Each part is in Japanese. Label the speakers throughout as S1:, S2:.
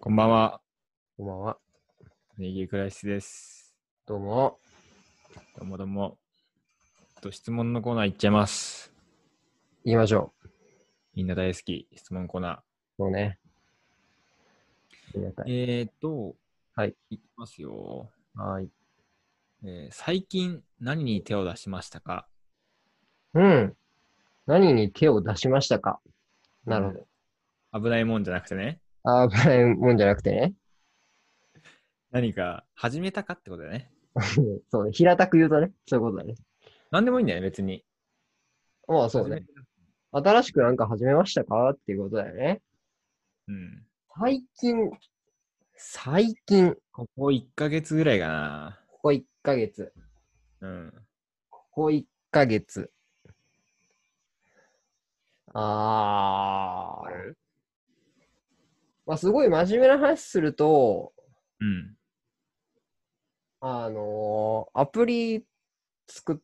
S1: こんばんは。
S2: こんばんは。
S1: ネギクライスです。
S2: どうも。
S1: どうもどうも。えっと質問のコーナーいっちゃいます。
S2: 言いましょ
S1: みんな大好き、質問コーナ
S2: う。そうね。ありがたい。
S1: ー。えーっと、
S2: はい。
S1: いきますよ、
S2: はーい。
S1: えー最近何に手を出しましたか
S2: うん。何に手を出しましたかなるほど。
S1: 危ないもんじゃなくてね。
S2: あ危ないもんじゃなくてね。
S1: 何か始めたかってことだよね。
S2: そうね。平たく言うとね。そういうことだね。
S1: 何でもいいんだよね、別に。
S2: まあそうね
S1: 始。め
S2: 新しくなんか始めましたかっていうことだよね。
S1: うん。
S2: 最近、最近、
S1: ここ1ヶ月ぐらいかな。
S2: ここ1ヶ月、
S1: うん。
S2: ここ1ヶ月。あー。まあすごい真面目な話すると、
S1: うん。
S2: あのーアプリ作っ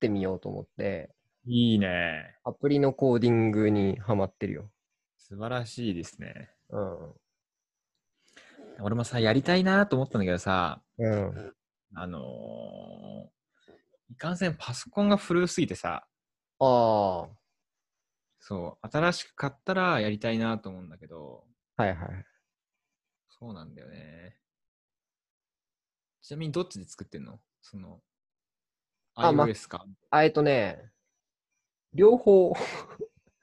S2: てみようと思って、
S1: いいね。
S2: アプリのコーディングにハマってるよ。
S1: 素晴らしいですね。
S2: うん。
S1: 俺もさ、やりたいなと思ったんだけどさ、
S2: うん。
S1: あのー、いかんせんパソコンが古すぎてさ、
S2: ああー、
S1: そう、新しく買ったらやりたいなと思うんだけど、
S2: はいはい。
S1: そうなんだよね。ちなみにどっちで作ってんのその、
S2: あま
S1: iOS か。
S2: あえっとね、両方、
S1: お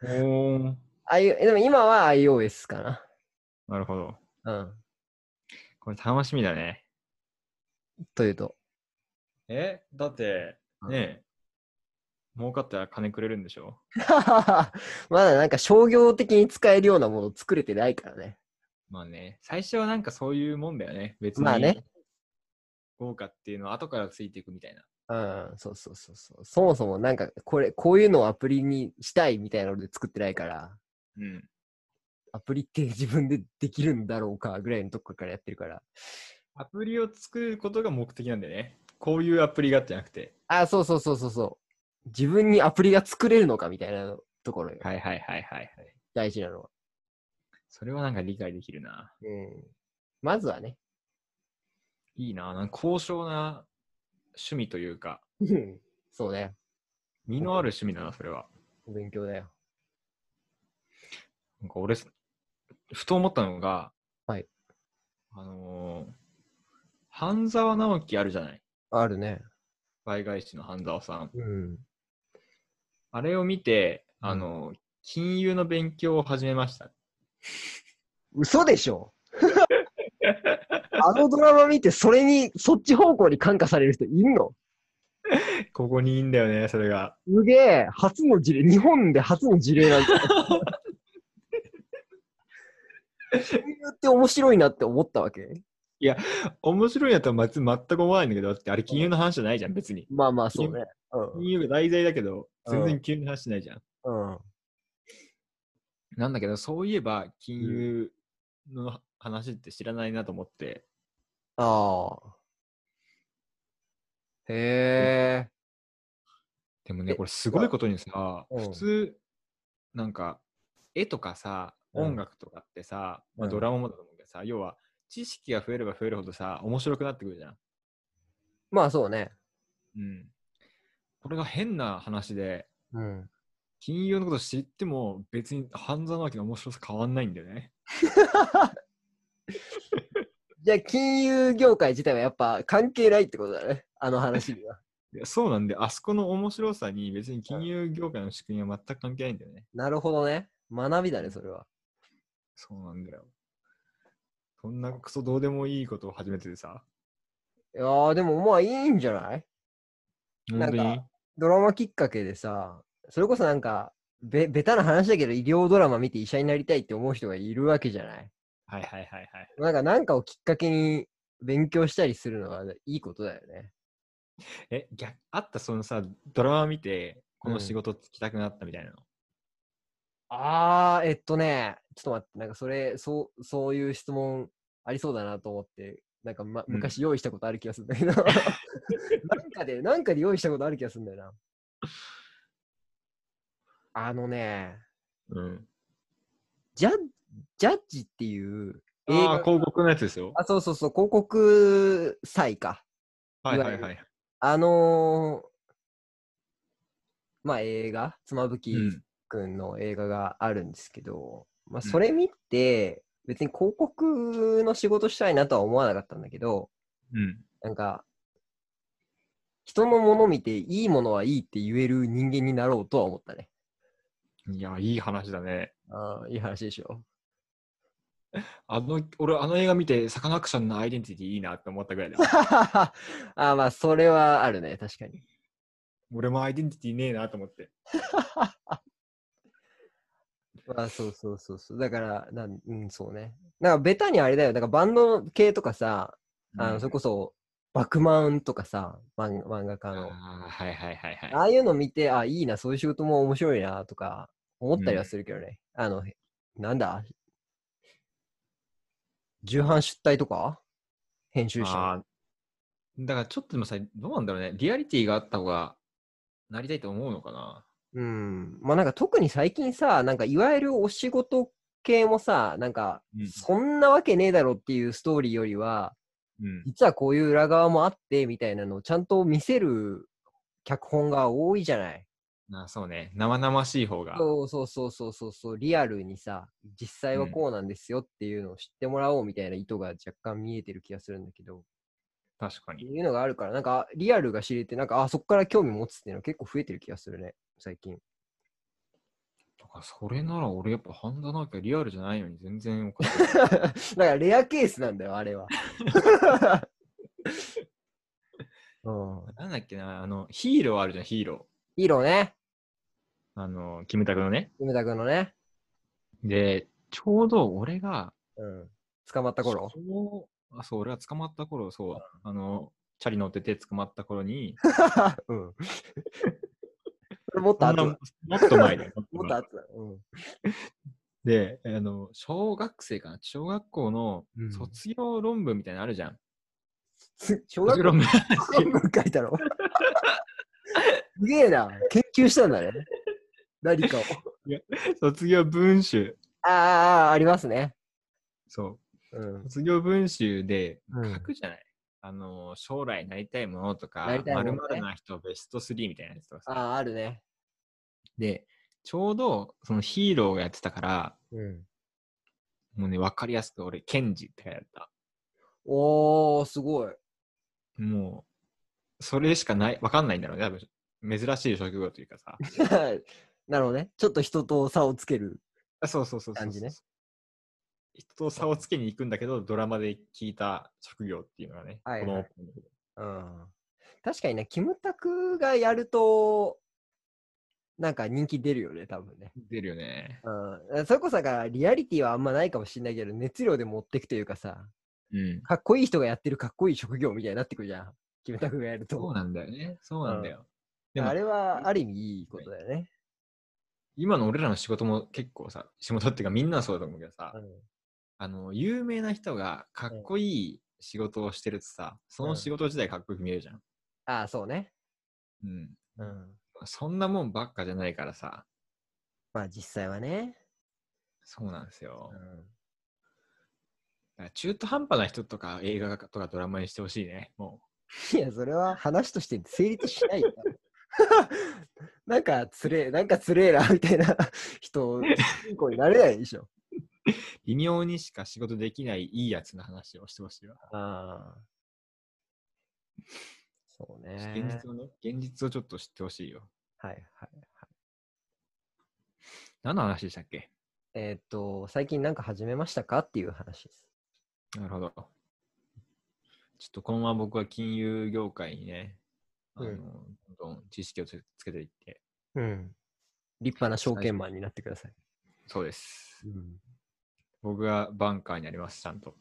S1: ー、
S2: あいでも今は iOS か
S1: なるほど。
S2: な。うん。
S1: これ楽しみだね。
S2: というと。
S1: えだって、ねえ、儲かったら金くれるんでしょ
S2: まだなんか商業的に使えるようなもの作れてないからね。
S1: まあね、最初はなんかそういうもんだよね。別に。
S2: まあね。
S1: 豪華っていうのは後からついていくみたいな。
S2: うん、そうそうそうそう。そもそもなんかこれ、こういうのをアプリにしたいみたいなので作ってないから。
S1: うん。
S2: アプリって自分でできるんだろうかぐらいのとこからやってるから。
S1: アプリを作ることが目的なんだよね。こういうアプリがじゃなくて。
S2: あ、そうそうそうそうそう。自分にアプリが作れるのかみたいなところよ。
S1: はいはいはいはい。はい
S2: 大事なのは。
S1: それはなんか理解できるな。
S2: うん。まずはね。
S1: いいな。なんか高尚な趣味というか、
S2: そうね。
S1: 身のある趣味だな、それは。
S2: お勉強だよ。
S1: なんか俺、ふと思ったのが、
S2: はい。
S1: あのー、半沢直樹あるじゃない。
S2: あるね。
S1: 倍返しの半沢さん。
S2: うん。
S1: あれを見て、
S2: うん
S1: あのー、金融の勉強を始めました。
S2: 嘘でしょ あのドラマ見て、それに、そっち方向に感化される人いんの
S1: ここにいいんだよね、それが。
S2: すげえ、初の事例、日本で初の事例なんだ。金融って面白いなって思ったわけ
S1: 面白いやったらま全く思わないんだけど、だってあれ金融の話じゃないじゃん、別に。
S2: まあまあ、そうね。うん
S1: 金融が題材だけど、
S2: うん
S1: 全然金融の話しないじゃん。
S2: うん。
S1: なんだけど、そういえば、金融の話って知らないなと思って、
S2: ああ。へえ。
S1: でもね、
S2: え
S1: これすごいことにさ、
S2: うん
S1: 普通、なんか、絵とかさ、
S2: うん
S1: 音楽とかってさ、ま
S2: う
S1: あ、
S2: ん
S1: ドラマもだと思うけどさ、要は、知識が増えれば増えるほどさ、面白くなってくるじゃん。
S2: まあそうね。
S1: うん。これが変な話で、
S2: うん。
S1: 金融のこと知っても別に半沢直樹の面白さ変わんないんだよね。
S2: じゃあ、金融業界自体はやっぱ関係ないってことだね。あの話には。
S1: いやそうなんで、あそこの面白さに別に金融業界の仕組みは全く関係ないんだよね。
S2: なるほどね。学びだね、それは。
S1: そうなんだよ。そんなクソどうでもいいことを始めててさ。
S2: いやー、でもまあいいんじゃない
S1: 本当
S2: なん
S1: に
S2: かドラマきっかけでさ、それこそなんか、べ、ベタな話だけど、医療ドラマ見て医者になりたいって思う人がいるわけじゃない
S1: はいはいはいはい。
S2: なんか、なんかをきっかけに勉強したりするのはいいことだよね。
S1: え、逆、あったそのさ、ドラマ見て、この
S2: うん
S1: 仕事つきたくなったみたいなの。
S2: あー、えっとね、ちょっと待って、なんかそれ、そう、そういう質問ありそうだなと思って、なんか、ま、
S1: うん
S2: 昔用意したことある気がするんだけど、 なんかで、なんかで用意したことある気がするんだよな。あのね、
S1: うん。
S2: ジャッジャッジっていう映
S1: ああ
S2: 画
S1: ー、広告のやつですよ。
S2: あ、そうそうそう、広告祭か。
S1: はいはいはい。
S2: あのーまあ映画、妻夫
S1: う
S2: 木
S1: ん。
S2: くんの映画があるんですけど、まあ
S1: うん
S2: それ見て、別に広告の仕事したいなとは思わなかったんだけど、
S1: うん。
S2: なんか、人のもの見ていいものはいいって言える人間になろうとは思ったね。
S1: いや、いい話だね。
S2: ああ、いい話でしょ。
S1: あの、俺、あの映画見て、サカナクションのアイデンティティいいなって思ったぐらいだ。
S2: ああ、まあそれはあるね、確かに。
S1: 俺もアイデンティティねえなと思って。
S2: まあそうそうそうそう。だから、なんうん、そうね。なんかベタにあれだよ。なんかバンド系とかさ、あ
S1: うん
S2: のそれこそ、バクマンとかさ、漫漫画家の。
S1: あーはいはいはいはい。
S2: ああいうの見て、あ、いいな、そういう仕事も面白いな、とか、思ったりはするけどね。あの、なんだ重版出体とか編集者。
S1: あーだからちょっとでもさ、どうなんだろうね。リアリティがあった方が、なりたいと思うのかな。
S2: うん。まあなんか特に最近さ、なんかいわゆるお仕事系もさ、なんか、
S1: うん
S2: そんなわけねえだろっていうストーリーよりは、
S1: うん。
S2: 実はこういう裏側もあってみたいなのをちゃんと見せる脚本が多いじゃない。
S1: あそうね。生々しい方が。
S2: そうそうそうそうそうそう、リアルにさ、実際はこうなんですよっていうのを知ってもらおうみたいな意図が若干見えてる気がするんだけど、
S1: 確かに。
S2: いうのがあるから、なんかリアルが知れて、なんかあそこから興味持つっていうの結構増えてる気がするね、最近。
S1: だからそれなら俺やっぱハンダなんかリアルじゃないのに全然おかしい。
S2: だからレアケースなんだよ、あれは。 うん、
S1: なんだっけな、あの、ヒーローあるじゃん、ヒーロ
S2: ヒーローね、
S1: ー。あの、キムタクのね。
S2: 梅田君のね、
S1: で、ちょうど俺が、
S2: うん、捕まった 頃。
S1: そうあそう、俺が捕まった頃、そう、あの、チャリ乗ってて捕まった頃に、
S2: うん。それもっと
S1: そんな
S2: 後 だ
S1: もっと前だよ。
S2: もっと後だ。うん。
S1: で、あの、小学生かな小学校の
S2: うん
S1: 卒業論文みたいなのあるじゃん。
S2: す小
S1: 卒業
S2: 学校
S1: 論文。
S2: 論文書いたのすげえな。研究したんだね。何かを。
S1: 卒業文集。
S2: ああ、ありますね。
S1: そうう。
S2: ん。
S1: 卒業文集で
S2: うん
S1: 書くじゃない、あの、将来なりたいものとか、
S2: なりたいもの
S1: 〇〇
S2: ね
S1: な人ベスト3みたいなやつとか
S2: あ
S1: さ。
S2: あ、あるね。
S1: で、ちょうど、そのヒーローがやってたから、
S2: うん。
S1: もうね、わかりやすく俺、ケンジって書いてあった。
S2: おー、すごい。
S1: もう、それしかない、わかんないんだろうね。多分珍しい職業というかさ。
S2: なるほどね。ちょっと人と差をつける。
S1: あそうそうそうそうそう
S2: 感じね
S1: 人と差をつけに行くんだけど、ドラマで聞いた職業っていうのがね、
S2: はいはい
S1: 子供っぽいんだけど
S2: うん。確かにね、キムタクがやると、なんか人気出るよね、多分ね。
S1: 出るよね。
S2: うん、それこそだからリアリティはあんまないかもしれないけど熱量で持ってくというかさ
S1: うん。
S2: かっこいい人がやってるかっこいい職業みたいになってくるじゃんキムタクがやる
S1: そう
S2: と
S1: なんだよね。そうなんだよ。でも
S2: あれはある意味いいことだよね、
S1: 今の俺らの仕事も結構さ、仕事っていうかみんなそうだと思うけどさ、
S2: うん
S1: あの、有名な人がかっこいい仕事をしてるとさ、その仕事自体かっこよく見えるじゃん。
S2: ああそうね、
S1: うん。
S2: うん、
S1: そんなもんばっかじゃないからさ、
S2: まあ実際はね、
S1: そうなんですよ。
S2: う
S1: だか
S2: ん
S1: ら中途半端な人とか映画とかドラマにしてほしいね。も
S2: いやそれは話として成立し ないよなんかつれえなんかつれえなみたいな人主人公になれないでしょ
S1: う、微妙にしか仕事できないいいやつの話をしてほしいわ。
S2: ああそうね
S1: 現実をね、現実をちょっと知ってほしいよ。
S2: はいはい
S1: 何の話でしたっけ
S2: えーっと、最近なんか始めましたかっていう話です。
S1: なるほど。ちょっとこのまま僕は金融業界にね、あの
S2: うん
S1: どんどん知識をつつけていって、
S2: うん。立派な証券マンになってください。
S1: そうです。
S2: うん。
S1: 僕はバンカーになります、ちゃんと。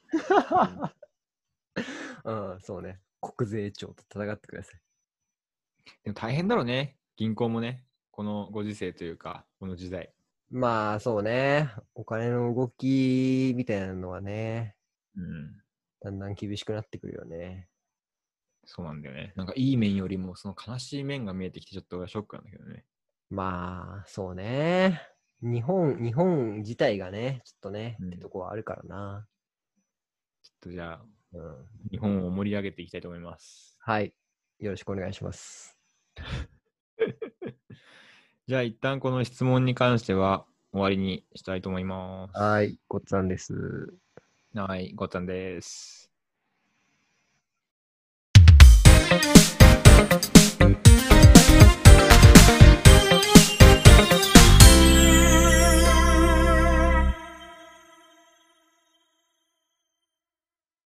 S2: うん、 そうね。国税庁と戦ってください。
S1: でも大変だろうね、銀行もね、このご時世というか、この時代。
S2: まあ、そうね。お金の動きみたいなのはね、
S1: うん。
S2: だんだん厳しくなってくるよね。
S1: そうなんだよね。なんかいい面よりも、その悲しい面が見えてきて、ちょっと俺はショックなんだけどね。
S2: まあ、そうね。日本、日本自体がね、ちょっとね、
S1: うん
S2: ってとこはあるからな。
S1: ちょっとじゃあ、
S2: うん。
S1: 日本を盛り上げていきたいと思います。
S2: はい。よろしくお願いします。
S1: じゃあ、一旦この質問に関しては終わりにしたいと思います。
S2: はい。ごっつぁんです。
S1: はい、ごたんです。